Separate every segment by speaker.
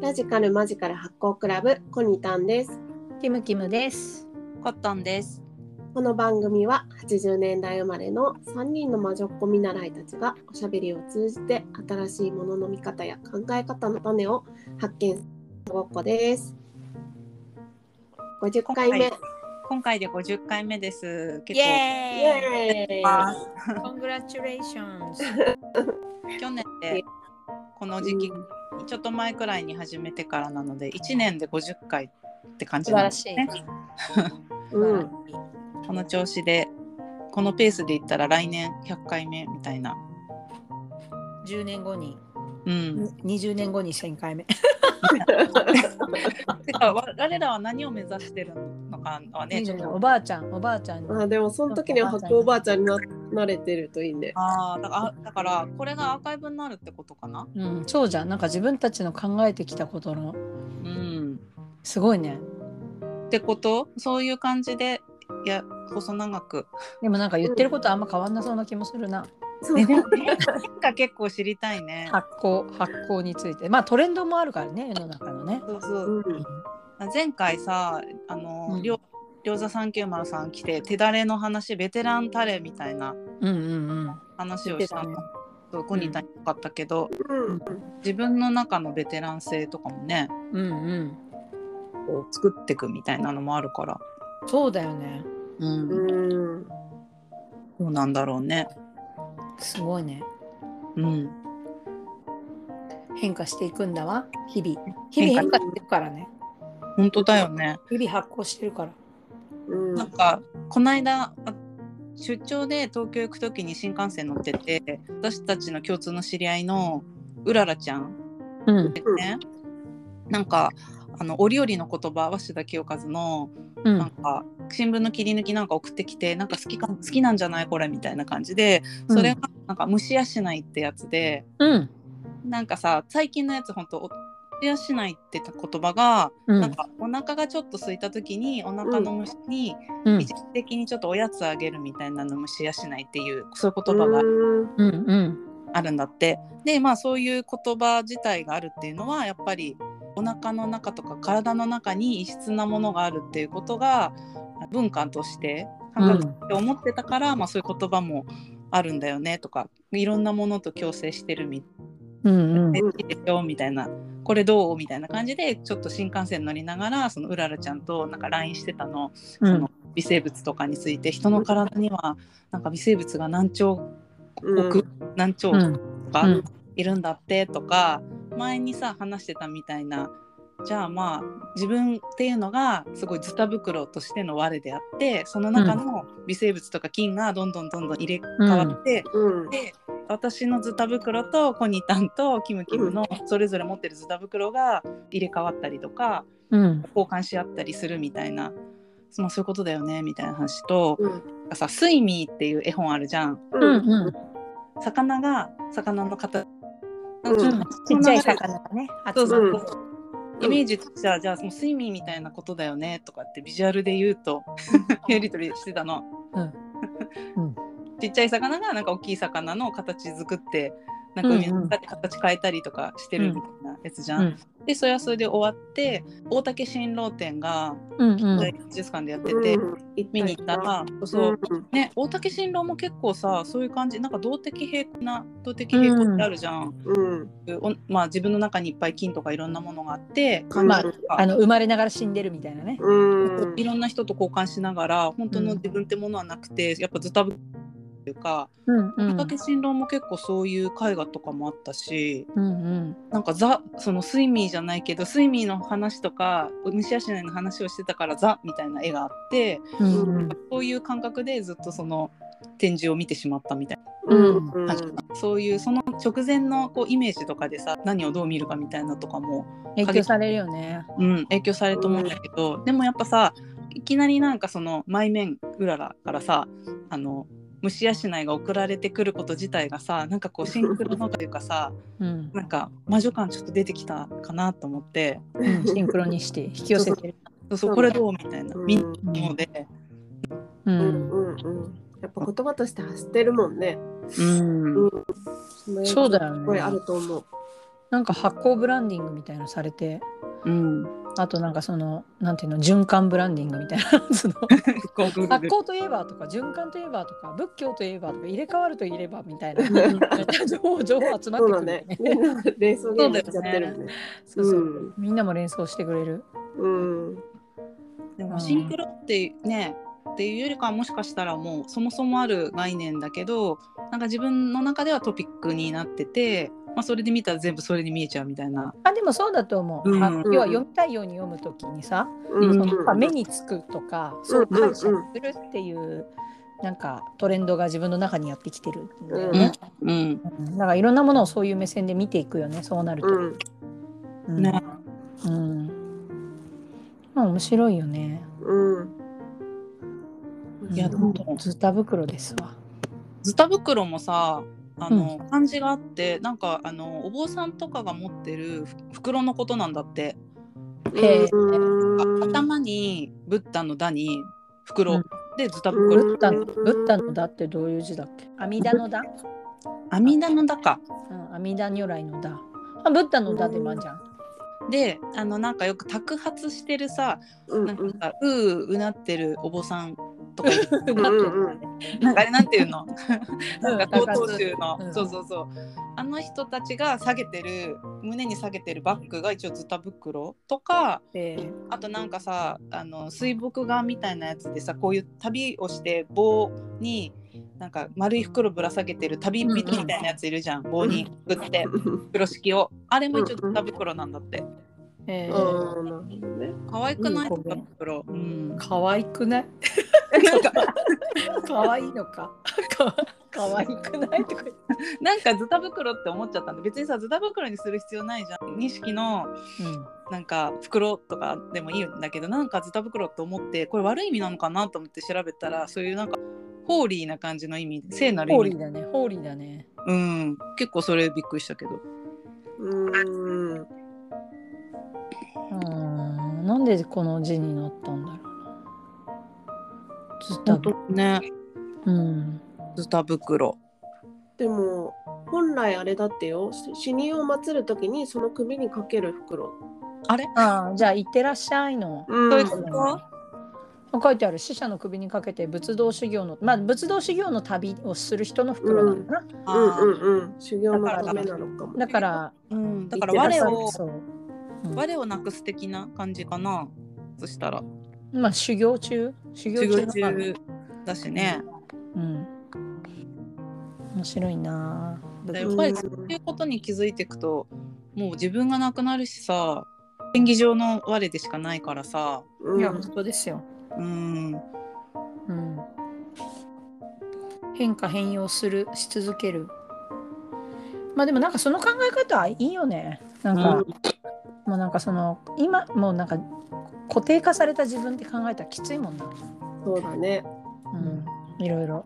Speaker 1: ラジカルマジカル発行クラブコニタンです
Speaker 2: キムキムです。
Speaker 3: コットンです。
Speaker 1: この番組は80年代生まれの3人の魔女っ子見習いたちがおしゃべりを通じて新しいものの見方や考え方の種を発見するごっこです50回目
Speaker 3: 今今回で50回目です。
Speaker 2: イ
Speaker 3: 結構
Speaker 2: エーイ。
Speaker 1: イエーイ
Speaker 3: あ
Speaker 2: コングラチュレーションズ。
Speaker 3: 去年でこの時期ちょっと前くらいに始めてからなので1年で50回って感じ
Speaker 2: 素晴
Speaker 3: なん
Speaker 2: ら
Speaker 3: です
Speaker 2: しい。
Speaker 3: ね。
Speaker 1: うん、
Speaker 3: この調子でこのペースでいったら来年100回目みたいな。
Speaker 2: 10年後に、
Speaker 3: うん。
Speaker 2: 20年後に1000回 目。
Speaker 3: てかわ我らは何を目指してるのかはねちょっ
Speaker 2: お
Speaker 3: と。
Speaker 2: ばあちゃん、おばあちゃん。
Speaker 1: あでもその時には発行おばあちゃんにななれてるといいね
Speaker 3: あーだからあだからこれがアーカイブになるってことかな。
Speaker 2: うん、そうじゃん。なんか自分たちの考えてきたことの
Speaker 3: うん。
Speaker 2: すごいね。
Speaker 3: ってことそういう感じでいや細長 く。
Speaker 2: でもなんか言ってることあんま変わんなそうな気もするな。
Speaker 1: そう
Speaker 3: 変化結構知りたいね。
Speaker 2: 発行、発行について。まあトレンドもあるからね、世の中のね。
Speaker 3: そうそう
Speaker 1: うん
Speaker 3: 前回さあの、
Speaker 2: うん
Speaker 3: りょうざ390さん来て手だれの話ベテランタレみたいな
Speaker 2: うんうん
Speaker 3: 話をした
Speaker 2: 言って
Speaker 3: のそうコニタによかったけど、
Speaker 1: うん
Speaker 3: 自分の中のベテラン性とかもね
Speaker 2: うん。うんうん。
Speaker 3: こう作っていくみたいなのもあるから、
Speaker 2: そうだよね。
Speaker 3: うんど
Speaker 1: うん
Speaker 3: うなんだろうね。
Speaker 2: すごいね。
Speaker 3: うん、
Speaker 2: 変化していくんだわ。日々。日々変化してるからね。
Speaker 3: 本当だよね。
Speaker 2: 日々発行してるから。
Speaker 1: うん
Speaker 3: なんかこの間あ出張で東京行く時に新幹線乗ってて私たちの共通の知り合いのうららちゃん
Speaker 2: うん。
Speaker 3: ね、なんかあの折々の言葉鷲田清和の
Speaker 2: う
Speaker 3: なんか新聞の切り抜きなんか送ってきてなんか好きか好きなんじゃないこれみたいな感じでそれがなんか虫やしないってやつで、
Speaker 2: うん。
Speaker 3: なんかさ最近のやつほんと虫やしないって言葉が、
Speaker 2: な
Speaker 3: なん、かお腹がちょっと空いた時にお腹の虫に
Speaker 2: うん
Speaker 3: 一時的にちょっとおやつあげるみたいなの虫やしないっていうそういう言葉が
Speaker 1: うん
Speaker 2: うんうん
Speaker 3: あるんだってでまあそういう言葉自体があるっていうのはやっぱりお腹の中とか体の中に異質なものがあるっていうことが文化として感覚として思ってたから、まあ、そういう言葉もあるんだよねとかいろんなものと共生してるみ
Speaker 2: うん
Speaker 3: たいでしょみたいなこれどうみたいな感じでちょっと新幹線乗りながらそのうららちゃんとなんか LINE してたの。
Speaker 2: う
Speaker 3: そ
Speaker 2: ん
Speaker 3: の微生物とかについて人の体にはなんか微生物が何兆億、何兆
Speaker 2: う
Speaker 3: 億
Speaker 2: ん
Speaker 3: とか
Speaker 2: うん
Speaker 3: いるんだってとか、前にさ話してたみたいなじゃあまあ自分っていうのがすごいズタ袋としての我であってその中の微生物とか菌がどんどんどんどん入れ替わって、
Speaker 1: うん
Speaker 3: で私のズタ袋とコニタンとキムキムのそれぞれ持ってるズタ袋が入れ替わったりとか。
Speaker 2: うん
Speaker 3: 交換し合ったりするみたいな、まあ、そういうことだよねみたいな話と
Speaker 1: うん
Speaker 3: さ「スイミー」っていう絵本あるじゃん
Speaker 1: う
Speaker 2: うんんうん
Speaker 3: 魚が魚の形
Speaker 1: うん
Speaker 2: ちっちゃい魚がね
Speaker 3: そ
Speaker 2: 集
Speaker 3: うそ
Speaker 2: ま
Speaker 3: う
Speaker 2: っ
Speaker 3: そ
Speaker 2: て
Speaker 3: うイメージとしてはじゃあもうスイミーみたいなことだよねとかってビジュアルで言うとやり取りしてたの。
Speaker 2: うんうん
Speaker 3: ちっちゃい魚がなんか大きい魚の形作ってなんか海の中で形変えたりとかしてるみたいなやつじゃん。
Speaker 2: うん
Speaker 3: でそれはそれで終わって大竹新郎展が
Speaker 2: うんう
Speaker 3: 大
Speaker 2: ん
Speaker 3: 美術館でやってて、見に行ったら、そうそう
Speaker 1: うん
Speaker 3: ね、大竹新郎も結構さそういう感じなんか動的平衡な動的平衡ってあるじゃん、
Speaker 1: うん
Speaker 3: おまあ、自分の中にいっぱい菌とかいろんなものがあって
Speaker 1: うん
Speaker 2: まあ
Speaker 3: とか
Speaker 2: あの生まれながら死んでるみたいなね
Speaker 1: うん
Speaker 3: いろんな人と交換しながら本当の自分ってものはなくて、やっぱずたぶっていうか、
Speaker 2: うんう
Speaker 3: 大竹新郎も結構そういう絵画とかもあったし
Speaker 2: うん
Speaker 3: なんかザそのスイミーじゃないけどスイミーの話とか虫足ないの話をしてたからザみたいな絵があって
Speaker 2: うん
Speaker 3: そういう感覚でずっとその展示を見てしまったみたいな。
Speaker 1: うんうん
Speaker 3: そういうその直前のこうイメージとかでさ何をどう見るかみたいなとかも、
Speaker 2: 影響されるよね
Speaker 3: うん、影響されると思うんだけど、でもやっぱさいきなりなんかその前面うららからさあの虫やしないが送られてくること自体がさなんかこうシンクロのというか さ
Speaker 2: うん
Speaker 3: なんか魔女感ちょっと出てきたかなと思って
Speaker 2: うんシンクロにして引き寄せてる
Speaker 3: そうそうこれどうみたいなみんなので、
Speaker 2: う
Speaker 1: うんんうんやっぱ言葉として走ってるもんね
Speaker 3: うん
Speaker 1: その影響
Speaker 2: そうだ
Speaker 1: すごいあ
Speaker 2: よね
Speaker 1: ると思う
Speaker 2: なんか発酵ブランディングみたいなのされて
Speaker 3: うん、
Speaker 2: あとなんかそのなんていうの循環ブランディングみたいなその
Speaker 3: こうぐるぐ
Speaker 2: 発
Speaker 3: る
Speaker 2: 酵といえばとか循環といえばとか仏教といえばとか入れ替わるといえばみたいな情報情報集まっ
Speaker 1: そう
Speaker 2: てく
Speaker 1: だ
Speaker 2: る
Speaker 1: ね
Speaker 2: よね。
Speaker 1: みんな連想ゲームやっちゃってるよね。
Speaker 2: そうそうみんなも連想してくれる。
Speaker 1: うん。うん。
Speaker 3: で
Speaker 2: うん
Speaker 3: もシンクロってね、っていうよりかはもしかしたらもうそもそもある概念だけどなんか自分の中ではトピックになってて、まあ、それで見たら全部それに見えちゃうみたいな。
Speaker 2: あでもそうだと思う。
Speaker 3: うん
Speaker 2: あ要は読みたいように読むときにさ、
Speaker 1: うん
Speaker 2: そのやっぱ目につくとか、そう解釈するっていうなんかトレンドが自分の中にやってきてるんだよね。
Speaker 3: うん
Speaker 2: うんだからいろんなものをそういう目線で見ていくよね。そうなると。
Speaker 1: うん。
Speaker 2: うん
Speaker 3: ね
Speaker 2: うん。まあ面白いよね。
Speaker 1: うん。
Speaker 3: いや
Speaker 2: う
Speaker 3: で
Speaker 2: ん
Speaker 3: も
Speaker 2: ズタ袋ですわ。
Speaker 3: ズタ袋もさあの、漢字があってなんかあのお坊さんとかが持ってるふ袋のことなんだって、
Speaker 2: へー
Speaker 1: うん
Speaker 3: 頭にブッダの「ダ」に袋、
Speaker 2: うん
Speaker 3: でズタ
Speaker 2: ブ
Speaker 3: 袋、
Speaker 2: ッダのブッダのだってどういう字だっけ？阿弥陀のだ？
Speaker 3: 阿弥陀の「ダ」か。
Speaker 2: うん、阿弥陀如来のだ。あ、ブッダのだでまんじゃん。
Speaker 3: であのなんかよく托発してるさ
Speaker 1: うん
Speaker 3: なん
Speaker 1: うん
Speaker 3: かうううなってるお坊さんとかいる
Speaker 1: うんうん
Speaker 3: なんかあれなんていうのなんか
Speaker 2: うん
Speaker 3: 高等宗の、
Speaker 2: うん
Speaker 3: そうそうそうあの人たちが下げてる胸に下げてるバッグが一応ズタ袋とか
Speaker 2: え
Speaker 3: あとなんかさあの水墨画みたいなやつでさこういう旅をして棒になんか丸い袋ぶら下げてる旅人みたいなやついるじゃん、棒にくくって風呂敷をあれも一応ズタ袋なんだって
Speaker 2: え
Speaker 1: あーなるほどね。
Speaker 3: 可愛く
Speaker 2: い
Speaker 3: ない
Speaker 2: い
Speaker 3: ズ
Speaker 2: ごめ
Speaker 3: タ
Speaker 2: ん
Speaker 3: 袋、うん、
Speaker 2: 可愛くない？
Speaker 3: なんか
Speaker 2: 可愛いの か。か可愛くないとか言って。
Speaker 3: なんかズタ袋って思っちゃったんで別にさズタ袋にする必要ないじゃん錦のなんか袋とかでもいいんだけどなんかズタ袋と思ってこれ悪い意味なのかなと思って調べたらそういうなんかホーリーな感じの意味聖なる
Speaker 2: ホー
Speaker 3: 意
Speaker 2: リ
Speaker 3: 味
Speaker 2: ーだね。ホーリーだね。
Speaker 3: うん結構それびっくりしたけど
Speaker 1: うん。
Speaker 2: うん。なんでこの字になったんだろうな。ずっと。
Speaker 3: ね
Speaker 2: うん。
Speaker 3: ズタ袋
Speaker 1: でも本来あれだってよし死人を祀るときにその首にかける袋。
Speaker 3: あれ
Speaker 2: ああ、じゃあ行ってらっしゃいの。
Speaker 1: うん
Speaker 3: どういう
Speaker 2: そ
Speaker 3: こ
Speaker 2: うだね
Speaker 3: と
Speaker 2: 書いてある死者の首にかけて仏道修行のまあ仏道修行の旅をする人の袋なのかな、
Speaker 1: う
Speaker 3: あ
Speaker 1: ん
Speaker 3: ー
Speaker 1: うんうん。修行のためなのかも。
Speaker 2: だから
Speaker 3: うんだから我を
Speaker 2: そううん
Speaker 3: 我をなくす的な感じかなそしたら
Speaker 2: まあ修行中修行
Speaker 3: 授
Speaker 2: 中
Speaker 3: 業中だしね
Speaker 2: うん面白いなあ
Speaker 3: だよやっぱりそういうことに気づいていくともう自分がなくなるしさ演技上の我でしかないからさ
Speaker 1: うん
Speaker 2: いや本当ですよ、
Speaker 3: うん
Speaker 2: うん、変化変容するし続けるまあでもなんかその考え方いいよねなんか、
Speaker 3: うん
Speaker 2: もうなんかその今もうなんか固定化された自分って考えたらきついもんな
Speaker 1: そうだね。
Speaker 2: うん、いろいろ。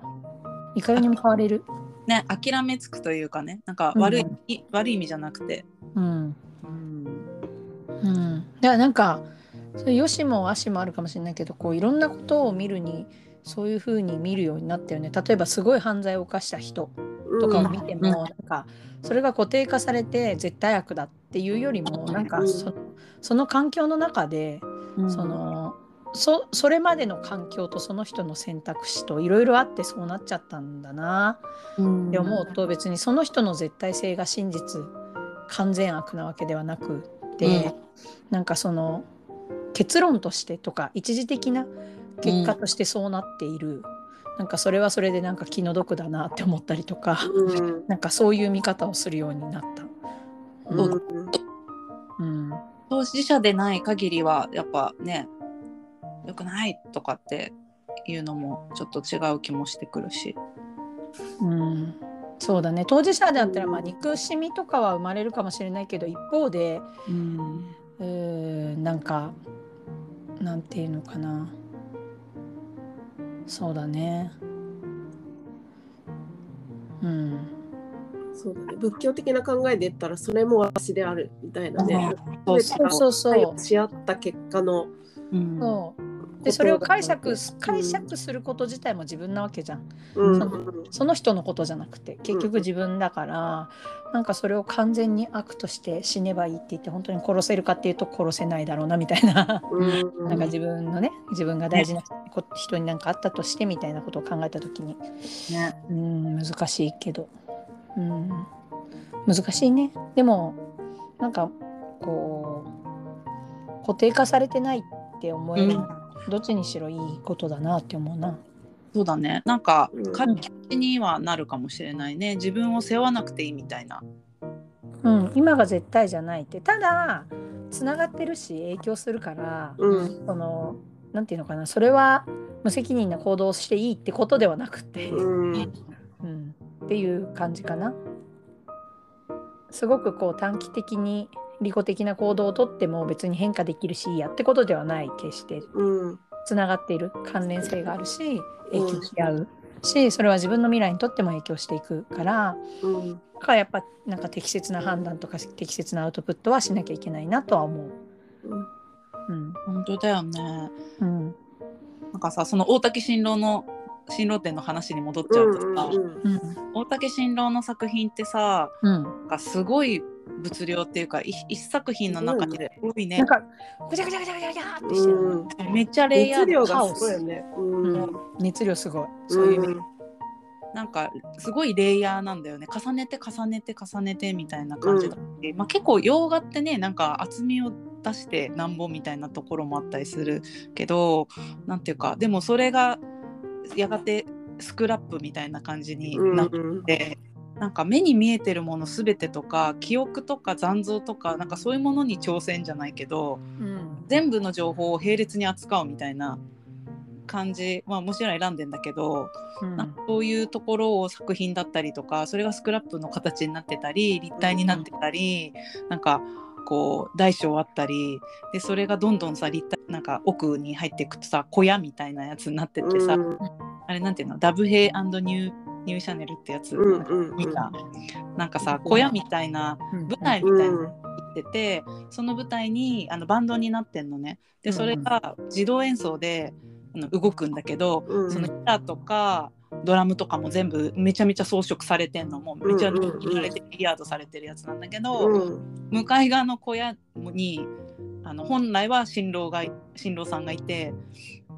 Speaker 2: いかにも変われる。
Speaker 3: ね諦めつくというかねなんか
Speaker 2: うん
Speaker 3: 悪い,、悪い意味じゃなくて、
Speaker 2: うん。うん。だからなんか、そういう良しも悪しもあるかもしれないけど、こういろんなことを見るに、そういうふうに見るようになったよね。例えばすごい犯罪を犯した人とかを見ても、
Speaker 3: うん
Speaker 2: なんか、それが固定化されて絶対悪だっていうよりも、なんかそ、その環境の中で、その、そそれまでの環境とその人の選択肢といろいろあってそうなっちゃったんだな
Speaker 3: うん
Speaker 2: って思うと別にその人の絶対性が真実完全悪なわけではなくて、
Speaker 3: うん
Speaker 2: なんかその結論としてとか一時的な結果としてそうなっている、なんかそれはそれでなんか気の毒だなって思ったりとか、
Speaker 1: うん。
Speaker 2: なんかそういう見方をするようになった。
Speaker 1: う
Speaker 2: うん
Speaker 1: ん
Speaker 2: うん
Speaker 3: 当事者でない限りはやっぱね良くないとかっていうのもちょっと違う気もしてくるし、
Speaker 2: うんそうだね当事者であったらまあ憎しみとかは生まれるかもしれないけど一方で
Speaker 3: うん、
Speaker 2: うーんなんかなんていうのかなそうだねうん
Speaker 1: そうだね。仏教的な考えで言ったらそれも私であるみたいなね。
Speaker 3: そう
Speaker 1: そ
Speaker 3: そう
Speaker 2: そうそう
Speaker 1: し合った結果の
Speaker 3: うん
Speaker 2: そうでそれを解釈
Speaker 1: す
Speaker 2: 解釈すること自体も自分なわけじゃん
Speaker 1: る、うん
Speaker 2: そその人のことじゃなくて結局自分だから、なんかそれを完全に悪として死ねばいいって言って本当に殺せるかっていうと殺せないだろうなみたいな。
Speaker 1: うん
Speaker 2: なんか自分のね自分が大事なこ人に何かあったとしてみたいなことを考えた時に
Speaker 3: ね、
Speaker 2: うん難しいけど、うん、難しいねでもなんかこう固定化されてないって思える、どっちにしろいいことだなって思うな。
Speaker 3: そうだねなんか
Speaker 1: うん
Speaker 3: 活気にはなるかもしれないね自分を背負わなくていいみたいな
Speaker 2: うん、今が絶対じゃないってただつながってるし影響するから、
Speaker 1: うん
Speaker 2: そのなんていうのかなそれは無責任な行動をしていいってことではなくて、
Speaker 1: うん
Speaker 2: うん、っていう感じかな。すごくこう短期的に利己的な行動をとっても別に変化できるしいいやってことではない決して
Speaker 1: うん
Speaker 2: つながっている関連性があるし影響し合うしそれは自分の未来にとっても影響していくから
Speaker 1: うん
Speaker 2: だからやっぱなんか適切な判断とか適切なアウトプットはしなきゃいけないなとは思う。うん
Speaker 3: 本当だよね
Speaker 2: うん
Speaker 3: なんかさその大竹新郎の新郎展の話に戻っちゃうとさ、
Speaker 1: うん
Speaker 2: うん
Speaker 3: 大竹新郎の作品ってさ
Speaker 2: うん、
Speaker 3: なんかすごい物量っていうかい一作品の中ですごいね
Speaker 2: なんかぐちゃぐちゃぐちゃぐちゃぐちゃってしてる、
Speaker 1: うん
Speaker 3: めっちゃレイヤ
Speaker 1: 熱
Speaker 3: ー
Speaker 1: 量
Speaker 3: ド
Speaker 1: がすごいよね。うん
Speaker 2: 熱量すごいそういう意味、
Speaker 3: なんかすごいレイヤーなんだよね重ねて重ねて重ねてみたいな感じだって、まあ、結構洋画ってねなんか厚みを出してなんぼみたいなところもあったりするけどなんていうかでもそれがやがてスクラップみたいな感じに
Speaker 1: うん
Speaker 3: なって、なんか目に見えてるもの全てとか記憶とか残像とかなんかそういうものに挑戦じゃないけど
Speaker 2: うん
Speaker 3: 全部の情報を並列に扱うみたいな感じまあもちろん選んでんだけど。
Speaker 2: うん
Speaker 3: なんかそういうところを作品だったりとかそれがスクラップの形になってたり立体になってたり、なんかこう大小あったりでそれがどんどんさ立体なんか奥に入っていくとさ小屋みたいなやつになってってさ、
Speaker 1: うん
Speaker 3: あれなんていうのダブヘイニューニューシャネルってやつ、
Speaker 1: うんうんうん
Speaker 3: 見たなんかさ小屋みたいな
Speaker 2: うん
Speaker 3: 舞台みたいなのってて、その舞台にあのバンドになってんのねでそれが自動演奏であの動くんだけど、
Speaker 1: うん
Speaker 3: そのギターとかドラムとかも全部めちゃめちゃ装飾されてんのもうめちゃめちゃ
Speaker 1: うんうんうん
Speaker 3: されてビリヤードされてるやつなんだけど、
Speaker 1: うん
Speaker 3: 向かい側の小屋にあの本来は新郎が新郎さんがいて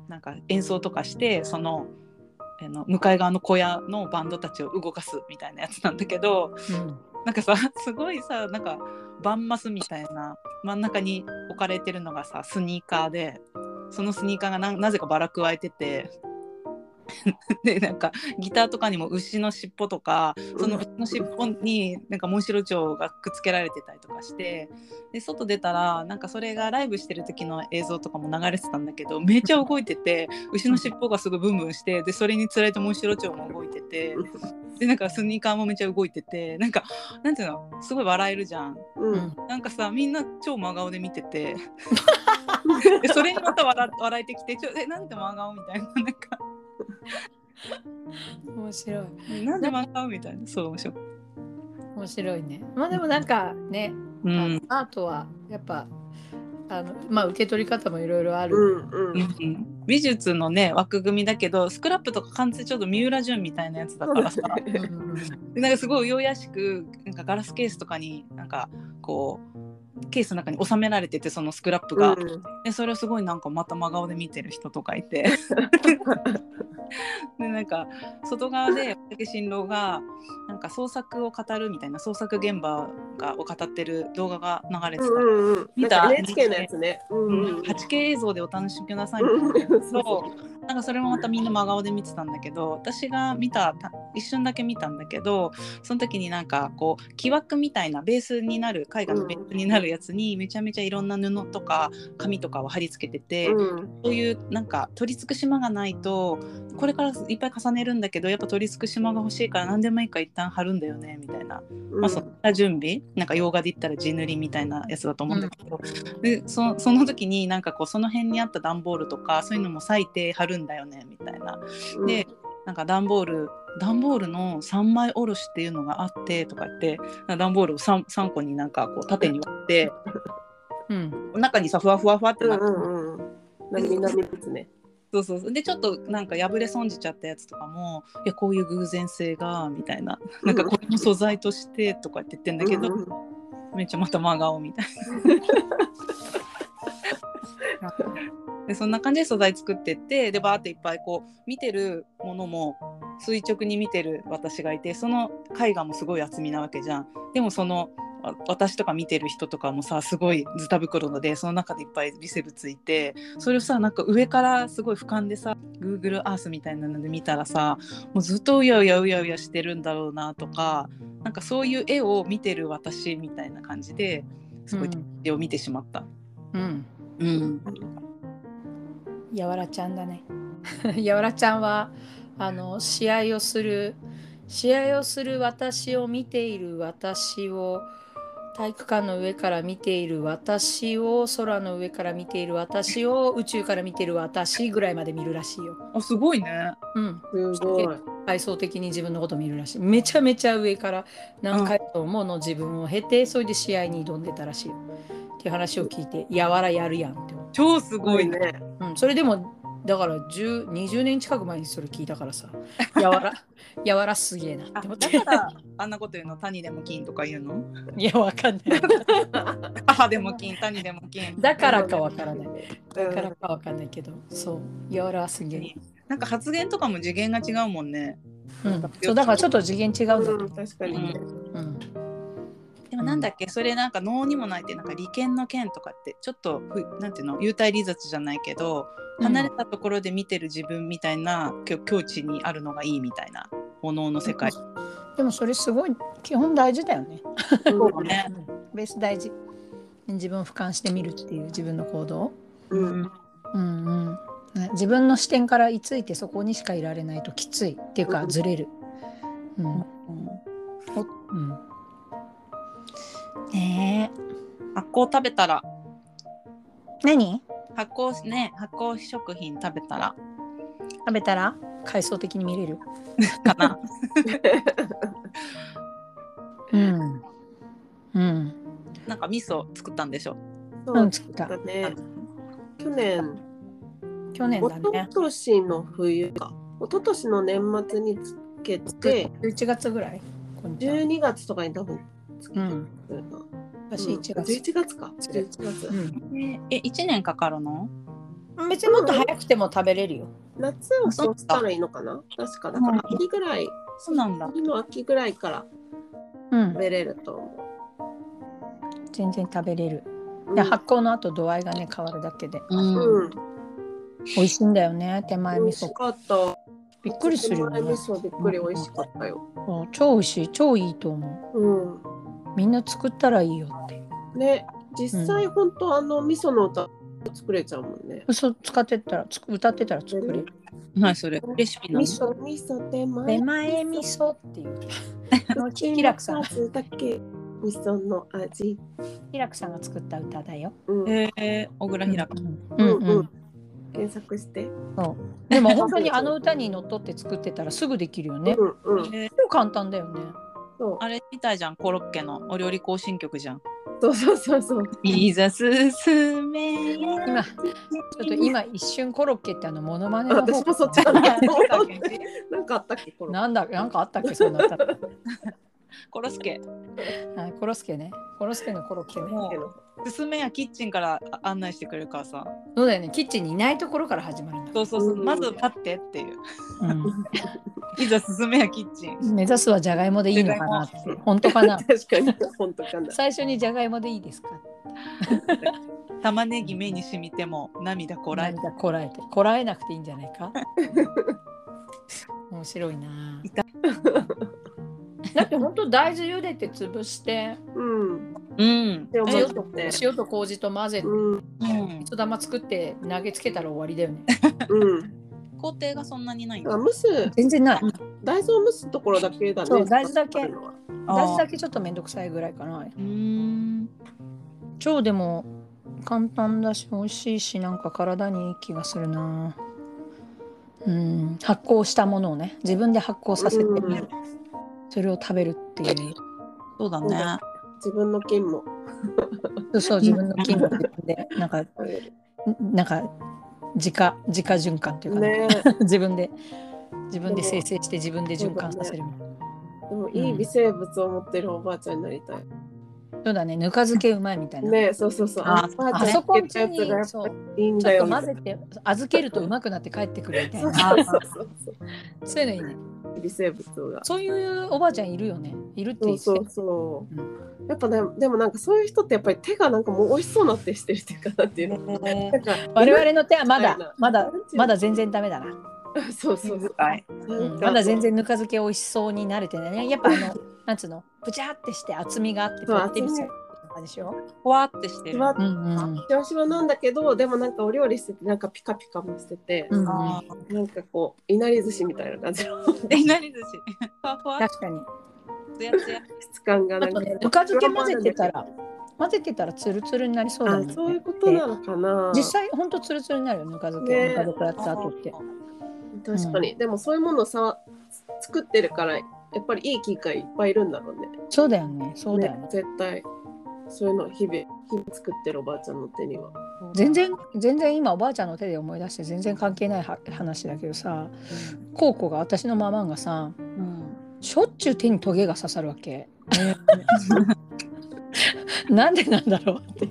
Speaker 3: なんか演奏とかしてそのあの向かい側の小屋のバンドたちを動かすみたいなやつなんだけど
Speaker 2: うん
Speaker 3: なんかさ すごいさなんかバンマスみたいな真ん中に置かれてるのがさスニーカーでそのスニーカーがななぜかバラくわえてて でなんかギターとかにも牛の尻尾とかその牛の尻尾になんかモンシロチョウがくっつけられてたりとかしてで外出たらなんかそれがライブしてる時の映像とかも流れてたんだけどめっちゃ動いてて牛の尻尾がすごいブンブンしてでそれにつられてモンシロチョウも動いててでなんかスニーカーもめっちゃ動いててなんかなんていうのすごい笑えるじゃん
Speaker 1: うん
Speaker 3: なんかさみんな超真顔で見ててでそれにまた笑笑えてきてちょえなんで真顔みたいななんか
Speaker 2: 面白い
Speaker 3: なんで真顔みたいなそう面白い
Speaker 2: 面白いねまあでもなんかね、
Speaker 3: う
Speaker 2: あ
Speaker 3: ん
Speaker 2: のアートはやっぱあのまあ受け取り方もいろいろある、
Speaker 1: うんうん
Speaker 3: うん美術のね枠組みだけどスクラップとか完全にちょっと三浦淳みたいなやつだからさ
Speaker 2: うんうんうん
Speaker 3: でなんかすごいよやしくなんかガラスケースとかになんかこうケースの中に収められててそのスクラップが、でそれをすごいなんかまた真顔で見てる人とかい てでなんか外側で竹新郎がなんか創作を語るみたいな創作現場がを語ってる動画が流れてた、
Speaker 1: うんうん
Speaker 3: 見た
Speaker 1: NHK のやつね。うんうん
Speaker 3: 8K 映像でお楽しみくださいみたいな
Speaker 1: そ
Speaker 3: そうなんかそれもまたみんな真顔で見てたんだけど私が見たた一瞬だけ見たんだけどその時になんかこう木枠みたいなベースになる絵画のベースになるやつにめちゃめちゃいろんな布とか紙とかを貼り付けてて、
Speaker 1: うん
Speaker 3: そういうなんか取り付く島がないとこれからいっぱい重ねるんだけどやっぱ取り付く島が欲しいから何でもいいから一旦貼るんだよねみたいな
Speaker 1: うん
Speaker 3: まあ、そんな準備なんか洋画で言ったら地塗りみたいなやつだと思うんだけど、でそその時になんかこうその辺にあった段ボールとかそういうのも裂いて貼るんだよねみたいなでなんか段ボール段ボールの三枚おろしっていうのがあってとか言ってなんか段ボールを 3, 三個になんかこう縦に割って
Speaker 2: うん
Speaker 3: 中にさふわふわふわって
Speaker 1: うん
Speaker 3: な
Speaker 1: う
Speaker 3: って、
Speaker 1: んうん。なみなみですね。
Speaker 3: そうそうそうでちょっとなんか破れ損じちゃったやつとかもいやこういう偶然性がみたいななんかこれも素材としてとかって言ってんだけど、
Speaker 1: うんうん
Speaker 3: めっちゃまた真顔みたいな。でそんな感じで素材作ってってでバーっていっぱいこう見てるものも垂直に見てる私がいてその絵画もすごい厚みなわけじゃんでもそのわ私とか見てる人とかもさすごいズタ袋でその中でいっぱい微生物いてそれをさなんか上からすごい俯瞰でさ Google Earth みたいなので見たらさもうずっとうやうやうやうやしてるんだろうなとかなんかそういう絵を見てる私みたいな感じですごい絵を見てしまった。
Speaker 2: うん
Speaker 3: うん
Speaker 2: やわらちゃんだね やわらちゃんはあの試合をする試合をする私を見ている私を体育館の上から見ている私を空の上から見ている私を宇宙から見ている私ぐらいまで見るらしいよ。
Speaker 3: あすごいね。
Speaker 2: うん、
Speaker 1: すごい。
Speaker 2: 階層的に自分のこと見るらしいめちゃめちゃ上から何回もの自分を経て、それで試合に挑んでたらしいよっていう話を聞いて「やわらやるやん」って思
Speaker 3: 超すごいね。
Speaker 1: ね。
Speaker 2: う、うん、それでもだから10 20年近く前にそれ聞いたからさ「やわ らやわらすげえな」っ
Speaker 3: あ
Speaker 2: て思っ
Speaker 3: だ
Speaker 2: て
Speaker 3: からあんなこと言うの谷でも金とか言う の
Speaker 2: いやわかんない
Speaker 3: 母でも 金谷でも金
Speaker 2: だからかわからないだか
Speaker 1: う
Speaker 2: らかわかんないけどそう「やわらはすげえ
Speaker 3: なんか発言とかも次元が違うもんね
Speaker 2: な」うん、そうだからちょっと次元違う
Speaker 1: ん
Speaker 2: んだと
Speaker 1: う
Speaker 2: 思
Speaker 1: ん、確かにね。
Speaker 2: う、うん、
Speaker 3: でもなんだっけそれなんか能にもないってなんか利権の権とかってちょっとふなんていうの幽体離脱じゃないけど離れたところで見てる自分みたいな、境境地にあるのがいいみたいな炎の世界
Speaker 2: でもそれすごい基本大事だよね
Speaker 1: そう
Speaker 3: だね
Speaker 2: ベース大事自分を俯瞰してみるっていう自分の行動、
Speaker 1: うん。
Speaker 2: うんうんね自分の視点から居ついてそこにしかいられないときついっていうか
Speaker 1: うん
Speaker 2: ずれる、うん
Speaker 3: うん
Speaker 2: うん、ねえ
Speaker 3: 発酵食べたら
Speaker 2: 何
Speaker 3: 発酵ね発酵食品食べたら
Speaker 2: 食べたら階層的に見れる、
Speaker 3: か な
Speaker 2: うんうん、
Speaker 3: なんか味噌作ったんでしょ
Speaker 1: そううん
Speaker 2: 作った
Speaker 1: だね。去年、
Speaker 2: 去年
Speaker 1: 一
Speaker 2: だね
Speaker 1: 昨年の冬か、一昨年の年末につけて、
Speaker 2: 11月ぐらいこんちゃん
Speaker 1: 12月とかに多分つけ
Speaker 2: う
Speaker 1: て
Speaker 2: ん
Speaker 1: るな。
Speaker 2: 私
Speaker 1: うん
Speaker 2: 1月、
Speaker 1: 11月か。11月。
Speaker 3: え1年かかるの
Speaker 2: うん、別にもっと早くても食べれるよ
Speaker 1: 夏を越したらいいのかな確かだから
Speaker 3: うん
Speaker 1: 秋ぐらい、
Speaker 3: そうなんだ
Speaker 1: 次の秋ぐらいから
Speaker 2: うん
Speaker 1: 食べれると思
Speaker 2: 全然食べれる
Speaker 1: う。
Speaker 2: で発酵の後度合いがね変わるだけで
Speaker 3: う
Speaker 1: うんん、
Speaker 2: 美味しいんだよね手前
Speaker 1: 美
Speaker 2: 味
Speaker 1: 味
Speaker 2: 噌
Speaker 1: しかった。
Speaker 2: びっくりするよね
Speaker 1: 手前味噌びっくり美味しかったよ。
Speaker 2: そう超美味しい超いいと思
Speaker 1: うん。
Speaker 2: うみんな作ったらいいよって
Speaker 1: ね、実際本当あの味噌の歌作れちゃうもんね。
Speaker 2: 嘘使ってったらつく歌ってたら作れる
Speaker 3: 何それレシピなの
Speaker 1: 味噌味噌手前
Speaker 2: 手前味噌っていう
Speaker 1: の
Speaker 2: 気楽さん
Speaker 1: 数だけ味噌の味。
Speaker 2: 平くさんが作った歌だよ
Speaker 1: うん。
Speaker 3: えー、小倉ひらか
Speaker 2: うん
Speaker 1: う
Speaker 2: うんん、
Speaker 1: うん検索して。
Speaker 2: でも本当にあの歌にのっとって作ってたらすぐできるよね
Speaker 1: うんうん。
Speaker 3: えー
Speaker 2: 超簡単だよね
Speaker 1: そう
Speaker 3: あれみたいじゃんコロッケのお料理更新曲じゃん
Speaker 1: そうそうそうそう。
Speaker 3: いざ進めよ
Speaker 2: 今ちょっと今一瞬コロッケってあのモノマネの
Speaker 1: 私もそっちかな。なんかあったっけこれ。
Speaker 2: なんだなんかあったっけそんな歌
Speaker 3: コロスケ
Speaker 2: はいコロスケねコロスケのコロッケね
Speaker 3: もう進めやキッチンからあ案内してくれるからさ
Speaker 2: そうだよねキッチンにいないところから始まるんだ
Speaker 3: そうそうそう
Speaker 1: うん
Speaker 3: まず立ってっていう
Speaker 2: うん
Speaker 3: いざ進めやキッチン
Speaker 2: 目指すはじゃがいもでいいのかなって本当かな
Speaker 1: 確かに本当 かな。
Speaker 2: 最初にじゃがいもでいいですか
Speaker 3: 玉ねぎ目に染みても涙こらえ
Speaker 2: 涙こらえてこらえなくていいんじゃないか面白いな だって本当大豆茹でて潰して
Speaker 1: うん。
Speaker 3: うん
Speaker 1: でもち
Speaker 2: 塩
Speaker 1: ょっ
Speaker 2: と
Speaker 1: とね
Speaker 2: 塩と麹と混ぜて
Speaker 1: うん。
Speaker 3: うん
Speaker 2: 一玉作って投げつけたら終わりだよね
Speaker 1: うん。
Speaker 3: 工程がそんなにないん
Speaker 1: だ
Speaker 3: だ
Speaker 1: から蒸す
Speaker 2: 全然ない
Speaker 1: 大豆を蒸すところだけだね。
Speaker 2: そう大豆だけ
Speaker 1: 作るのは
Speaker 2: 大豆だ
Speaker 3: け
Speaker 2: けちょっとめんどくさいぐらいかな
Speaker 3: うーん
Speaker 2: 超でも簡単だし美味しいしなんか体にいい気がするなうん発酵したものをね自分で発酵させて、
Speaker 1: うん
Speaker 2: それを食べるっていう
Speaker 3: そうだ
Speaker 1: そう
Speaker 3: ね
Speaker 1: だ自分の菌も。
Speaker 2: そうそう自分の菌を自分でなんかなんか自家自家循環っていうか、ね、
Speaker 1: ね
Speaker 2: 自分で自分
Speaker 1: で
Speaker 2: で
Speaker 1: も
Speaker 2: 生成して自分で循環させるみたいな
Speaker 1: え、でもいい微生物を持ってるおばあちゃんになりたい。
Speaker 2: そうだねぬか漬けうまいみたいな、
Speaker 1: ねえ、そうそうそう。
Speaker 3: あ
Speaker 1: のおばあ
Speaker 2: あ
Speaker 1: ちゃ
Speaker 2: そ
Speaker 1: んが
Speaker 2: こ
Speaker 1: や
Speaker 2: ん
Speaker 1: っ
Speaker 2: ち
Speaker 1: てたやつがや
Speaker 2: に
Speaker 1: っ
Speaker 2: そう
Speaker 1: ぱりいいん
Speaker 2: ち
Speaker 1: だ
Speaker 2: ょ
Speaker 1: よ
Speaker 2: っと
Speaker 1: みたいな。
Speaker 2: 混ぜて預けるとうまくなって帰ってくるみたい
Speaker 1: そう
Speaker 2: な
Speaker 1: そうそうそう
Speaker 2: そういうのいいね
Speaker 1: そう。微生物が。
Speaker 2: そういうおばあちゃんいるよねいるって
Speaker 1: そ
Speaker 2: 言
Speaker 1: う
Speaker 2: ってた
Speaker 1: そ
Speaker 2: よ
Speaker 1: うそう。やっぱね、でもなんかそういう人ってやっぱり手がなんかもう美味しそうな手してるっていうかなんていうの。なんか
Speaker 2: 我々の手はまだ
Speaker 1: みんな
Speaker 2: ま
Speaker 1: な
Speaker 2: だ
Speaker 1: んていうの
Speaker 2: まだ全然ダメだな、
Speaker 1: そうそうそう。
Speaker 3: はい
Speaker 2: うんまだ全
Speaker 1: 然
Speaker 2: 然ぬか漬け美味しそうに慣れてないねやっぱあのなんつうのプチャってして厚みがあって
Speaker 1: そう
Speaker 2: とってみ
Speaker 1: 厚
Speaker 2: そ
Speaker 1: み
Speaker 2: うなでしょ、
Speaker 3: ふわってしてる。
Speaker 1: ふわっ
Speaker 2: うんうん
Speaker 1: しわしわなんだけどでもなんかお料理しててなんかピカピカもしてて、
Speaker 2: うん
Speaker 3: あ
Speaker 1: なんかこういなり寿司みたいな感じの
Speaker 3: ーえ、何寿司。 ふわふわ、
Speaker 2: 確かに
Speaker 3: つやつや。
Speaker 1: 質感が
Speaker 2: あ
Speaker 1: なんか
Speaker 2: とねぬか漬け混ぜてたら混ぜてたらツルツルになりそうだもん
Speaker 1: あ
Speaker 2: ね
Speaker 1: そういうことなのかな
Speaker 2: 実際ほんとツルツルになるよぬか漬け、
Speaker 1: ね
Speaker 2: ぬか漬けやった後って
Speaker 1: 確かに、でもそういうものをさ作ってるからやっぱりいい機会いっぱいいるんだろうね
Speaker 2: そうだよねそうだよね
Speaker 1: ね絶対そういうのを日々日々作ってるおばあちゃんの手には
Speaker 2: 全然全然今おばあちゃんの手で思い出して全然関係ないは話だけどさコウコが私のママンがさ
Speaker 3: うん。
Speaker 2: しょっちゅう手にトゲが刺さるわけなんでなんだろう って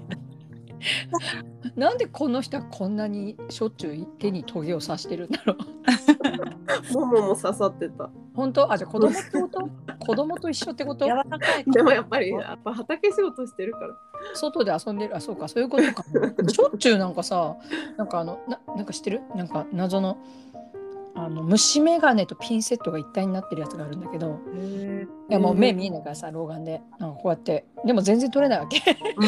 Speaker 2: なんでこの人はこんなにしょっちゅう手にトゲを刺してるんだろう
Speaker 1: ももも刺さってた
Speaker 2: 本当あじゃあ子供ってこと 子供と一緒ってこと
Speaker 3: 柔らかい。
Speaker 1: でもやっぱりやっぱ畑仕事してるから
Speaker 2: 外で遊んでるあそうかそういうことかしょっちゅうなんかさなんかあのななんか知ってるなんか謎のあの虫眼鏡とピンセットが一体になってるやつがあるんだけどいやもう目見えないからさ老眼でなんかこうやってでも全然取れないわけ
Speaker 1: う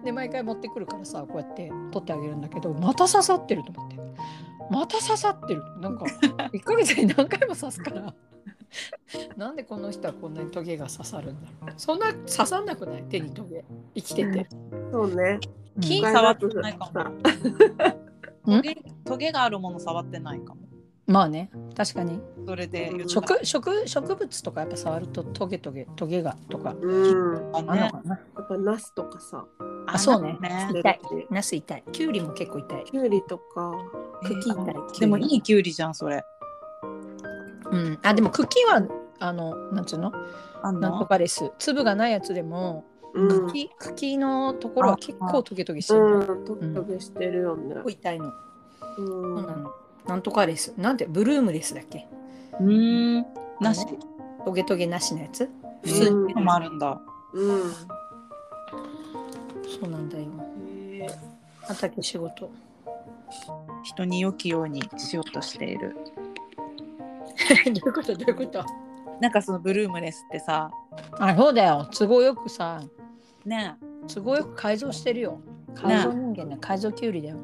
Speaker 1: ん
Speaker 2: で毎回持ってくるからさこうやって取ってあげるんだけどまた刺さってると思ってまた刺さってるなん か1ヶ月に何回も刺すからなんでこの人はこんなにトゲが刺さるんだろうそんな刺さんなくない手にトゲ生きてて。
Speaker 1: そうね
Speaker 3: 金
Speaker 1: ガイ
Speaker 3: 触
Speaker 1: ラ
Speaker 3: っ
Speaker 1: ッ
Speaker 3: て
Speaker 1: プ
Speaker 3: ないかも。
Speaker 2: う
Speaker 3: ト
Speaker 2: ん
Speaker 3: ゲ、トゲがあるもの触ってないかも。
Speaker 2: まあね確かに
Speaker 3: それで言った
Speaker 2: 食食植物とかやっぱ触るとトゲトゲトゲがとか
Speaker 1: うん
Speaker 3: か
Speaker 2: あんの
Speaker 3: ね。
Speaker 2: かな、
Speaker 1: やっぱナスとかさ
Speaker 2: あそうね
Speaker 3: なんか
Speaker 2: 痛いナス痛いきゅうりも結構痛い
Speaker 1: きゅうりとか
Speaker 2: 茎痛い
Speaker 3: えーでもいいキュウリじゃんそれ。
Speaker 2: うんあでも茎はあのなんつうの
Speaker 3: あん
Speaker 2: なんと
Speaker 3: の。
Speaker 2: かです粒がないやつでも
Speaker 1: うん、
Speaker 2: 茎茎のところは結構トゲトゲしてる、
Speaker 1: うん、トゲトゲしてるよね
Speaker 2: 結構痛いの、
Speaker 1: うん、
Speaker 2: そうなのなんとかですなんてブルームレスだっけ
Speaker 3: うーん。なし
Speaker 2: あ。のトゲトゲなしのやつ
Speaker 3: 普
Speaker 2: 普
Speaker 3: 通
Speaker 2: 通
Speaker 1: に
Speaker 3: にもあるんだ。
Speaker 1: うん
Speaker 2: そうなんだよ
Speaker 1: へー
Speaker 2: 畑仕事
Speaker 3: 人に良きようにしようとしている。
Speaker 2: どういうことどういうこと
Speaker 3: なんかそのブルームレスってさ。
Speaker 2: あそうだよ都合よくさ
Speaker 3: ね
Speaker 2: 都合よく改造してるよ改造人間ね改造きゅうりだよ、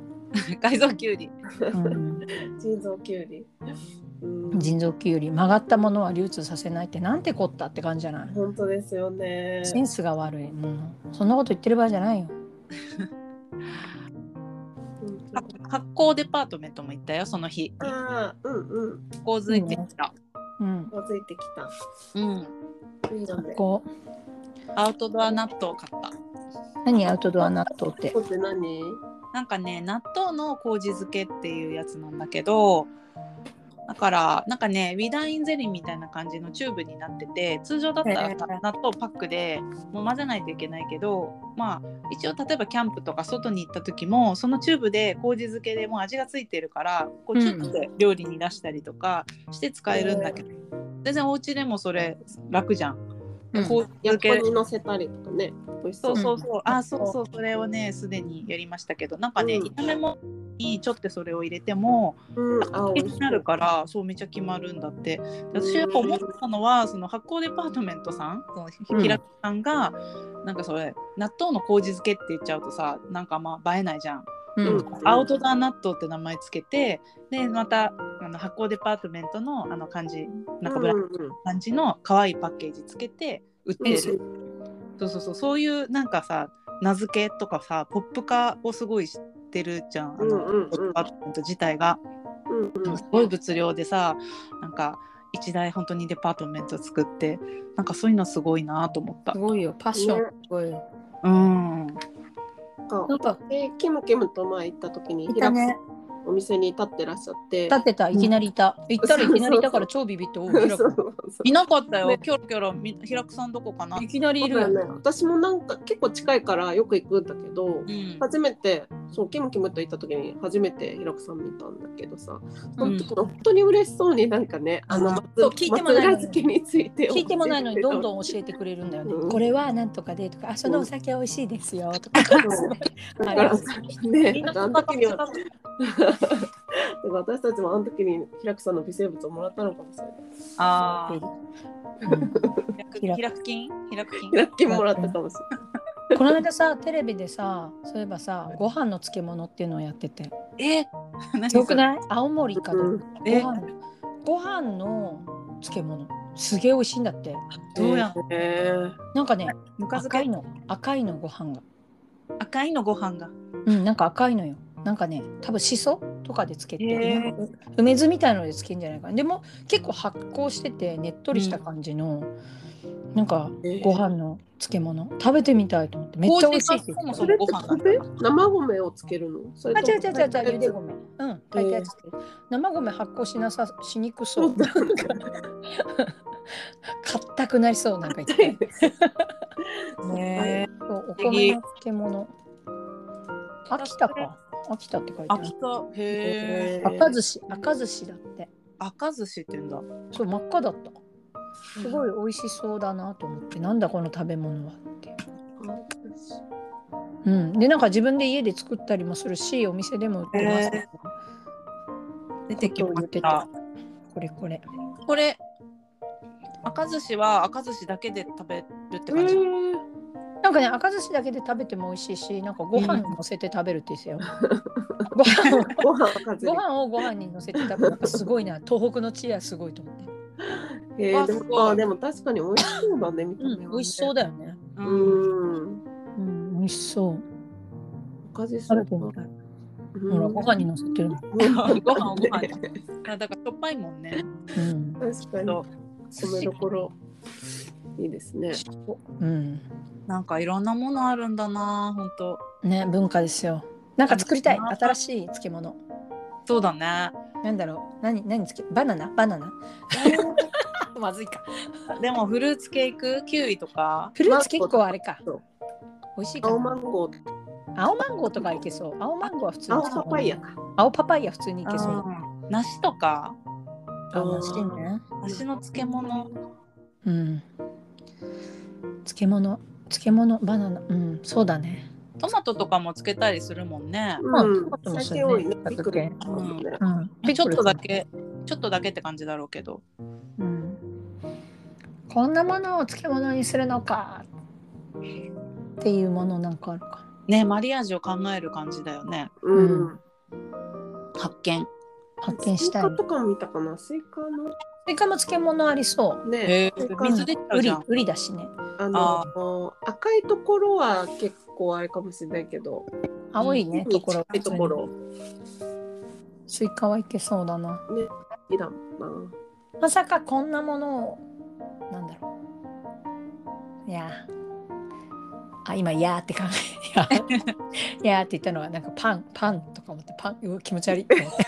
Speaker 3: え。 改造キュウリ。
Speaker 1: 腎臓きゅうりうん
Speaker 2: 腎臓きゅうり曲がったものは流通させないってなんてこったって感じじゃない
Speaker 1: 本当ですよね
Speaker 2: センスが悪い、うん、そんなこと言ってる場合じゃないよ
Speaker 3: は発酵デパートメントも行ったよその日。
Speaker 1: ああうんうん
Speaker 3: 発酵づいてきた。
Speaker 2: うん
Speaker 1: 近づいてき
Speaker 3: うん。
Speaker 1: たいいので
Speaker 2: こ
Speaker 3: アウトドア納豆を買った。
Speaker 2: う何アウトドア納豆って
Speaker 1: こって何
Speaker 3: なんかね納豆の麹漬けっていうやつなんだけどだからなんかねウィダーインゼリーみたいな感じのチューブになってて通常だったら
Speaker 2: へー
Speaker 3: 納豆パックでもう混ぜないといけないけどまあ一応例えばキャンプとか外に行った時もそのチューブで麹漬けでもう味がついてるからこうチューブで料理に出したりとかして使えるんだけど、全然お家でもそれ楽じゃん。
Speaker 2: うん
Speaker 3: 麹漬
Speaker 1: 横
Speaker 3: け
Speaker 1: に乗せたりとかね美味しそ
Speaker 3: そう
Speaker 2: うん
Speaker 3: うそうそう、あそうそうそれをねすでにやりましたけどなんかね、
Speaker 1: うん
Speaker 3: 炒め物にちょっとそれを入れても
Speaker 1: うんあ美
Speaker 3: 気
Speaker 1: 味し
Speaker 3: に
Speaker 1: い
Speaker 3: なるからそうめちゃ決まるんだってで私やっぱ思ったのはその発酵デパートメントさんそのひ
Speaker 2: うん
Speaker 3: 平子さんが、なんかそれ納豆の麹漬けって言っちゃうとさなんかまあ映えないじゃん。
Speaker 2: う
Speaker 1: うん
Speaker 2: ん
Speaker 3: アウトドア納豆って名前つけてでまたあの発酵デパートメントのあの感じなんかブラック
Speaker 1: うんうん
Speaker 3: 感じの可愛いパッケージつけて売ってる。
Speaker 1: うん
Speaker 3: そうそうそうそういうなんかさ名付けとかさポップ化をすごいしてるじゃんあ
Speaker 1: う
Speaker 3: の、
Speaker 1: んうんうん
Speaker 3: ポップアップメント自体が、
Speaker 1: うんうん
Speaker 3: すごい物量でさなんか一大本当にデパートメント作ってなんかそういうのすごいなと思った
Speaker 2: すごいよパッションすごいよ
Speaker 3: うん
Speaker 1: か
Speaker 2: なんか
Speaker 1: えーキムキムと前行った時に
Speaker 2: いた
Speaker 1: 平
Speaker 2: ね
Speaker 1: 子さんお店に立ってらっしゃって
Speaker 2: 立ってたいきなりいた、行ったらいきなりいたから超ビビっておう開
Speaker 1: そ
Speaker 2: く。
Speaker 1: うそうそう
Speaker 3: いなかったよ。キョロキョロみ平子さんどこかない
Speaker 2: きなりいる
Speaker 1: そ
Speaker 2: や
Speaker 1: うんだよね私もなんか結構近いからよく行くんだけど
Speaker 3: うん
Speaker 1: 初めてそうキムキムと行った時に初めて平子さん見たんだけどさその時本当に嬉しそうになんかね、あの
Speaker 2: あー
Speaker 1: 松
Speaker 2: そう聞いてもないのに
Speaker 1: 松浦漬けについて
Speaker 2: 聞いてもないのにどん
Speaker 1: ん
Speaker 2: どん教えてくれるんだよね。
Speaker 1: うん
Speaker 2: これはなんとかでとか、あそのお酒美味しいですよとか。
Speaker 1: だ からねなんかあの時にはだか
Speaker 2: う
Speaker 1: ら私たちもあの時に平子さんの微生物をもらったのかもしれない
Speaker 3: ああ。
Speaker 2: ん
Speaker 3: 平平子金平子金。
Speaker 1: 平子もらったかもし
Speaker 2: この間さテレビでさそういえばさご飯の漬物っていうのをやってて
Speaker 3: え何それ
Speaker 2: よくない青森か
Speaker 1: れない、
Speaker 2: ど
Speaker 1: うん
Speaker 2: っかご
Speaker 3: え
Speaker 2: 飯ご飯の漬物すげえ美味しいんだって
Speaker 3: どうやん
Speaker 1: えー
Speaker 2: なんかね
Speaker 3: ぬか漬
Speaker 2: 赤い
Speaker 3: け
Speaker 2: の赤いのご飯が
Speaker 3: 赤いのご飯が。
Speaker 2: うんなんか赤いのよなんかね多分しそとかで漬けて、
Speaker 3: へー
Speaker 2: 梅酢みたいので漬けんじゃないかなでも結構発酵しててねっとりした感じの、なんか
Speaker 1: えー
Speaker 2: ご飯の漬物食べてみたいと思ってめっちゃ美味しいって言ってた
Speaker 3: 麹が
Speaker 1: それって米生米をつけるのそれ
Speaker 2: あ、
Speaker 1: とも
Speaker 2: 違う違う違う違う、ゆで米。うん、炊いたやつ。生米発酵しなさ、しにくそ
Speaker 1: そう
Speaker 2: う。
Speaker 1: だなんだ
Speaker 2: 硬くなりそう、なんか言って。
Speaker 3: ね
Speaker 2: そうお米の漬物。秋田か。秋田って書いてあ
Speaker 3: 秋
Speaker 2: る。
Speaker 3: 田。へえ。
Speaker 1: えー
Speaker 2: 赤寿司、赤寿司だって。
Speaker 3: 赤寿司って言うんだ。
Speaker 2: そう、真っ赤だった。すごい美味しそうだなと思って、なんだこの食べ物はって。うん、で、なんか自分で家で作ったりもするし、お店でも売ってます。
Speaker 3: へ出てき
Speaker 2: 今日
Speaker 3: ま
Speaker 2: 言っ
Speaker 3: してた
Speaker 2: た。。これこれ。
Speaker 3: これ赤寿司は赤寿司だけで食べるって
Speaker 1: え
Speaker 3: 感じ。
Speaker 1: ー
Speaker 2: なんかね赤寿司だけで食べても美味しいしなんかご飯に乗せて食べるって言ってたよ、 ご飯を
Speaker 1: ご飯おかず
Speaker 2: ご
Speaker 1: に
Speaker 2: 飯をご飯に乗せて食べるなんかすごいな東北の知恵はすごいと思って、
Speaker 1: え
Speaker 3: わ
Speaker 1: ー、
Speaker 3: す
Speaker 1: で
Speaker 3: ごい
Speaker 1: もあーでも確かに美味しそうだね見た目は、
Speaker 2: うん、
Speaker 1: ね
Speaker 2: 美味しそうだよね、
Speaker 3: う
Speaker 1: う。ん
Speaker 2: うん、美味しそう
Speaker 1: おかずしそ
Speaker 2: 食
Speaker 1: う
Speaker 2: べてみたいほらご飯に乗せてるの、
Speaker 1: ご飯
Speaker 3: ご飯をご飯に
Speaker 1: ね
Speaker 3: いやだからしょっぱいもんね。
Speaker 2: うん
Speaker 1: 確かに
Speaker 3: そう
Speaker 1: 米どころいいですね
Speaker 2: うん、
Speaker 3: なんかいろんなものあるんだな、本当。
Speaker 2: ね文化ですよなんか作りたい
Speaker 3: あ
Speaker 2: 新しい漬物
Speaker 3: そうだね。
Speaker 2: なんだろう何何つけバナナバナナまずいか
Speaker 3: でもフルーツケーク、キウイとか。
Speaker 2: フルーツ結構あれか
Speaker 1: そう
Speaker 2: 美味しいかな
Speaker 1: 青マンゴー
Speaker 2: 青マンゴーとかいけそう青マンゴーは普通に
Speaker 1: 青パパイヤか
Speaker 2: 青パパイヤ普通にいけそう
Speaker 3: うん梨とか、
Speaker 2: あのしてんね。
Speaker 3: 梨の漬物。
Speaker 2: うん。漬物、漬物、バナナ、うん、そうだね。
Speaker 3: トマトとかもつけたりするもんね。
Speaker 2: まあ
Speaker 1: うん
Speaker 2: トマトも
Speaker 1: 最
Speaker 2: そう
Speaker 1: 近多
Speaker 2: ね
Speaker 1: いね
Speaker 2: だっけ
Speaker 1: ピクルスもね
Speaker 2: うん。
Speaker 3: ちょっとだ。け、ちょっとだけって感じだろうけど。
Speaker 2: うん。こんなものを漬物にするのか。っていうものなんかあるか
Speaker 3: ね、マリアージュを考える感じだよね。
Speaker 1: うん、
Speaker 3: 発見。
Speaker 2: な。発見したい
Speaker 1: スイ。カとかも見たかなスイカの
Speaker 2: スイカも漬物ありそう。
Speaker 1: ね、
Speaker 3: へえ
Speaker 1: それか
Speaker 3: 水出ちゃ
Speaker 2: ウ
Speaker 3: うじ
Speaker 2: リ
Speaker 3: ゃん、。
Speaker 2: ウリだしね。
Speaker 1: あの赤いところは結構あれかもしれないけど、
Speaker 2: 青いね、ところ。
Speaker 1: 近いところ
Speaker 2: スイカはいけそうだな。
Speaker 1: いらんな。
Speaker 2: まさかこんなものをなんだろういやーあ今「いや」って考えいやーいやーって言ったのはなんかパンパンとか思ってパンうわ気持ち悪いって思って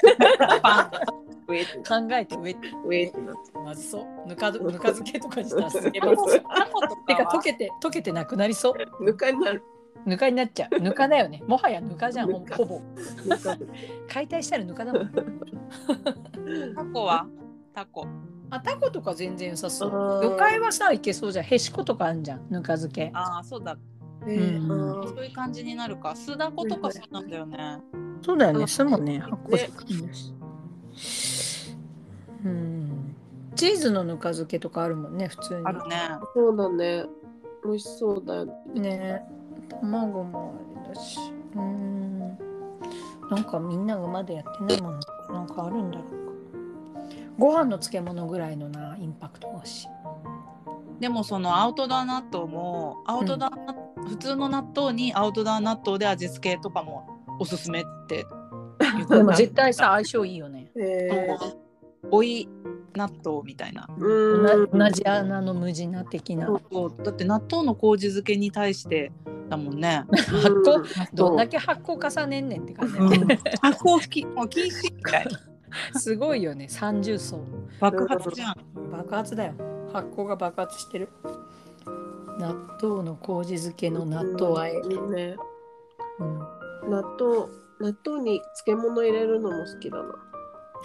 Speaker 3: パン
Speaker 1: 上ってな
Speaker 2: 考えて上って
Speaker 1: 上ってなっちゃ
Speaker 2: まずそうぬかどぬか漬けとかにしたらすげえ
Speaker 3: で
Speaker 2: ま
Speaker 3: も
Speaker 2: ずそう
Speaker 3: タコと
Speaker 2: て
Speaker 3: か
Speaker 2: か溶
Speaker 3: は
Speaker 2: けて溶けてなくなりそう
Speaker 1: う。ぬかになる。
Speaker 2: ぬかになっちゃうぬかだよねもはやぬかじゃんほん
Speaker 1: ぬか
Speaker 2: ほぼ
Speaker 1: ぬか
Speaker 2: 解体したらぬかだもん
Speaker 3: タコはタコ。
Speaker 2: あタコとか全然良さそう
Speaker 1: あー
Speaker 2: 魚介はさいけそうじゃんへしことかあんじゃんぬか漬け
Speaker 3: ああ、そうだ。
Speaker 1: ね
Speaker 2: うん
Speaker 1: あー
Speaker 3: そういう感じになるか。酢だことかそうなんだよね。
Speaker 2: そうだよ
Speaker 1: あ
Speaker 2: ね、酢もね、
Speaker 1: ね
Speaker 2: 発酵食品だし。うん。チーズのぬか漬けとかあるもんね、普通に。
Speaker 3: あるね。
Speaker 1: そうだね。美味しそうだよね。
Speaker 2: ね。卵もあれだし。うん。なんかみんながまだやってないもの、なんかあるんだろうか。ご飯の漬物ぐらいのな、インパクトが欲しい。
Speaker 3: でもそのアウトドア納豆もアウトドア納、普通の納豆にアウトドア納豆で味付けとかもおすす めって言って
Speaker 1: で
Speaker 2: で
Speaker 1: も
Speaker 2: も
Speaker 1: 絶
Speaker 2: 絶対さ、相性いいよね。
Speaker 1: えー
Speaker 3: おい納豆みたいな。
Speaker 1: うん
Speaker 2: 同じ穴の無地な的な
Speaker 3: そうそうだって納豆の麹漬けに対してだもんね。
Speaker 2: 発酵
Speaker 3: 納豆
Speaker 2: どんだけ発酵重ねんねんって感じ、
Speaker 3: うん発酵きもう禁止みたいな
Speaker 2: すごいよね30層
Speaker 3: 爆発じゃん。
Speaker 2: 爆発だよ発酵が爆発してる納豆の麹漬けの納豆和え、
Speaker 1: うんね
Speaker 2: うん
Speaker 1: 納豆納豆に漬物入れるのも好きだな。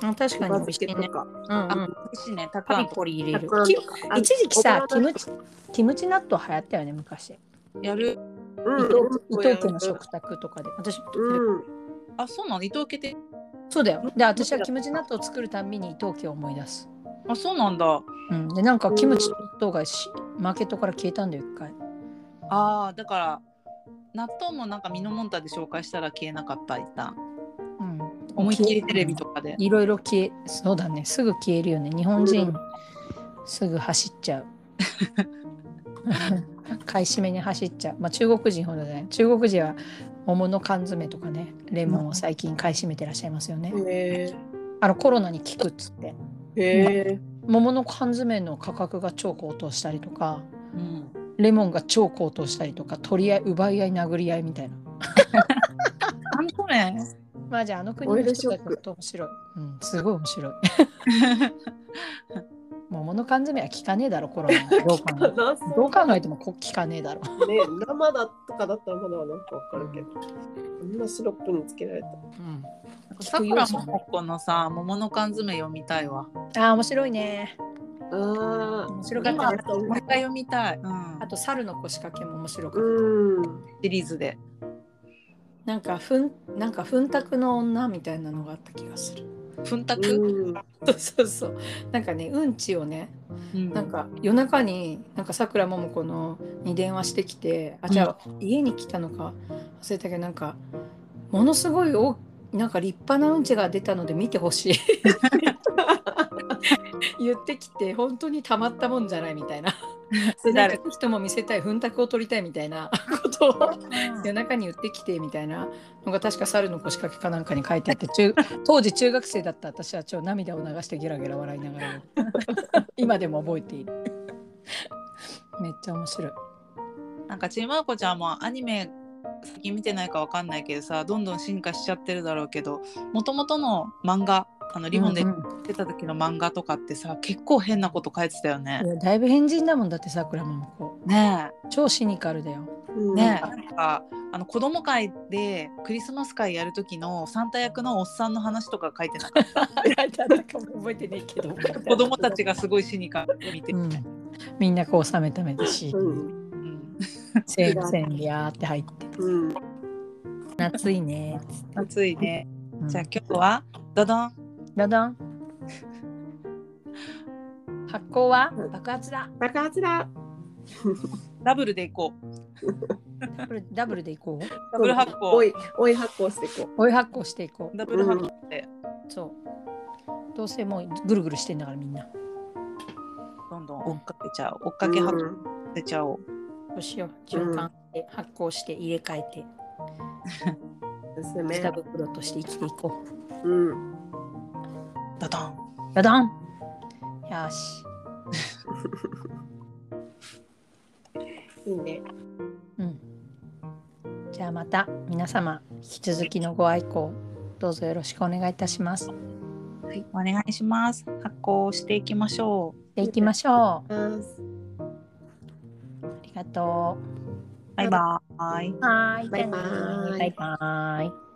Speaker 2: あ確かに美味し
Speaker 1: 漬
Speaker 2: い
Speaker 1: けと
Speaker 2: ね、
Speaker 1: か。
Speaker 2: うんうん、
Speaker 3: 美味しいね。たく
Speaker 2: パ
Speaker 3: あん
Speaker 2: リポリ入れる
Speaker 1: たくあん
Speaker 2: キ
Speaker 1: とかあ
Speaker 2: 一時期さ
Speaker 1: お
Speaker 2: キ
Speaker 1: ばあ
Speaker 2: ムチキムチ納豆流行ったよね昔伊
Speaker 3: やる。
Speaker 1: うん
Speaker 2: 藤伊藤家の食卓とかで私
Speaker 1: うん。
Speaker 3: あ、そうなの。伊藤家って。
Speaker 2: そうだよで私はキムチ納豆を作るたんびに伊藤家を思い出す、
Speaker 3: あ、そうなんだ。
Speaker 2: うん、でなんかキムチと納豆がしマーケットから消えたんだよ一回
Speaker 3: ああ、だから。納豆もなんかミノモンタで紹介したら消えなかった一旦
Speaker 2: うん
Speaker 3: 思いっきりテレビとかで
Speaker 2: いろいろ消えそうだねすぐ消えるよね日本人すぐ走っちゃう 買い占めに走っちゃう、まあ、中国人ほどじゃない中国人は桃の缶詰とかねレモンを最近買い占めてらっしゃいますよね、
Speaker 1: へ
Speaker 2: あのコロナに効くっつって
Speaker 1: え。へ
Speaker 2: 桃の缶詰の価格が超高騰したりとか
Speaker 3: うん
Speaker 2: レモンが超高騰したりとか取り合い奪い合い殴り合いみたいな
Speaker 3: なんとね
Speaker 2: まあじゃああの国の人たちのこと面白い、うん、すごい面 白い桃の缶詰は効かねえだろコロナどう考え
Speaker 1: え。なそ
Speaker 2: どう考えてもこ効かねえだろ。
Speaker 1: うね生だとかだったらまだなんかわかるけど。あんなシロップにつけられた。
Speaker 2: うん。
Speaker 3: さくらももこのさ桃の缶詰読みたいわ
Speaker 2: ああ面白いね。
Speaker 1: ああ。
Speaker 2: 面白か
Speaker 3: 今
Speaker 2: った
Speaker 3: も
Speaker 2: で
Speaker 3: う
Speaker 2: す。
Speaker 3: 一回読みたい、うん、
Speaker 2: あと猿の腰掛けも面白かった。
Speaker 1: うん。
Speaker 3: シリーズで
Speaker 2: なんかふんなんか粉卓の女みたいなのがあった気がする。
Speaker 3: 粉卓、
Speaker 1: うん。
Speaker 2: そうそうそう。なんかねうんちをね
Speaker 3: うん
Speaker 2: なんか夜中になんかさくらももこのに電話してきてあじゃあ家に来たのか忘れたけどなんかものすごい大なんか立派なうんちが出たので見てほしい言ってきて本当にたまったもんじゃないみたいな
Speaker 3: それ
Speaker 2: なん
Speaker 3: 誰
Speaker 2: か人も見せたい粉卓を取りたいみたいなことを夜中に言ってきてみたいなのが確か猿の腰掛けかなんかに書いてあって 中当時中学生だった私はちょ涙を流してゲラゲラ笑いなが ら今でも覚えているめっちゃ面白い
Speaker 3: なんかちまこちゃんもアニメ先見てないかわかんないけどさどんどん進化しちゃってるだろうけどもともとの漫画あのリボンで
Speaker 2: うん
Speaker 3: 出た時の漫画とかってさ、結構変なこと書いてたよね
Speaker 2: うん。いやだいぶ変人だもんだってさくらももこ
Speaker 3: ね
Speaker 2: 超シニカルだよ
Speaker 1: うん
Speaker 3: えねえ、なんかあの子供会でクリスマス会やる時のサンタ役のおっさんの話とか書いてな かった
Speaker 2: 覚えてないけど
Speaker 3: 子供たちがすごいシニカルに見て
Speaker 2: う
Speaker 3: る、
Speaker 2: んみんなこう冷めた目だし
Speaker 1: うん。
Speaker 3: うん、
Speaker 2: せんせんビャーって入って
Speaker 1: うん。
Speaker 2: 夏いね
Speaker 3: 暑いね
Speaker 2: うん
Speaker 3: じゃあ今日はドドン
Speaker 2: だだん。発酵は爆発だ。
Speaker 1: 爆発だ。
Speaker 3: ダブルでいこう
Speaker 2: ダブルダブルでいこう。
Speaker 3: ダブル発
Speaker 1: お
Speaker 3: 酵
Speaker 1: い、おい発酵していこ
Speaker 2: 追い発酵していこ
Speaker 3: ダブル発酵って
Speaker 2: う。そう。どうせもうぐるぐるしてんだからみんな。
Speaker 3: どんどん追っかけちゃおう追っ
Speaker 1: う。
Speaker 3: かけ発
Speaker 1: うん
Speaker 3: 酵してちゃおう、
Speaker 2: どうしよう。循環して発酵して入れ替え
Speaker 1: おすす
Speaker 2: て、
Speaker 1: め
Speaker 2: 下。袋として生きていこ
Speaker 1: うん。
Speaker 3: ドドン
Speaker 2: う。だだん。よし。
Speaker 1: いいね。
Speaker 2: うん。じゃあまた皆様引き続きのご愛顧をどうぞよろしくお願いいたします。
Speaker 3: はいお願いします発酵していきましょう
Speaker 2: でいきましょう。
Speaker 1: あ
Speaker 2: ありがと
Speaker 3: バイバーイ
Speaker 2: う。はーい。
Speaker 1: バイバーイ
Speaker 2: バイバーイ。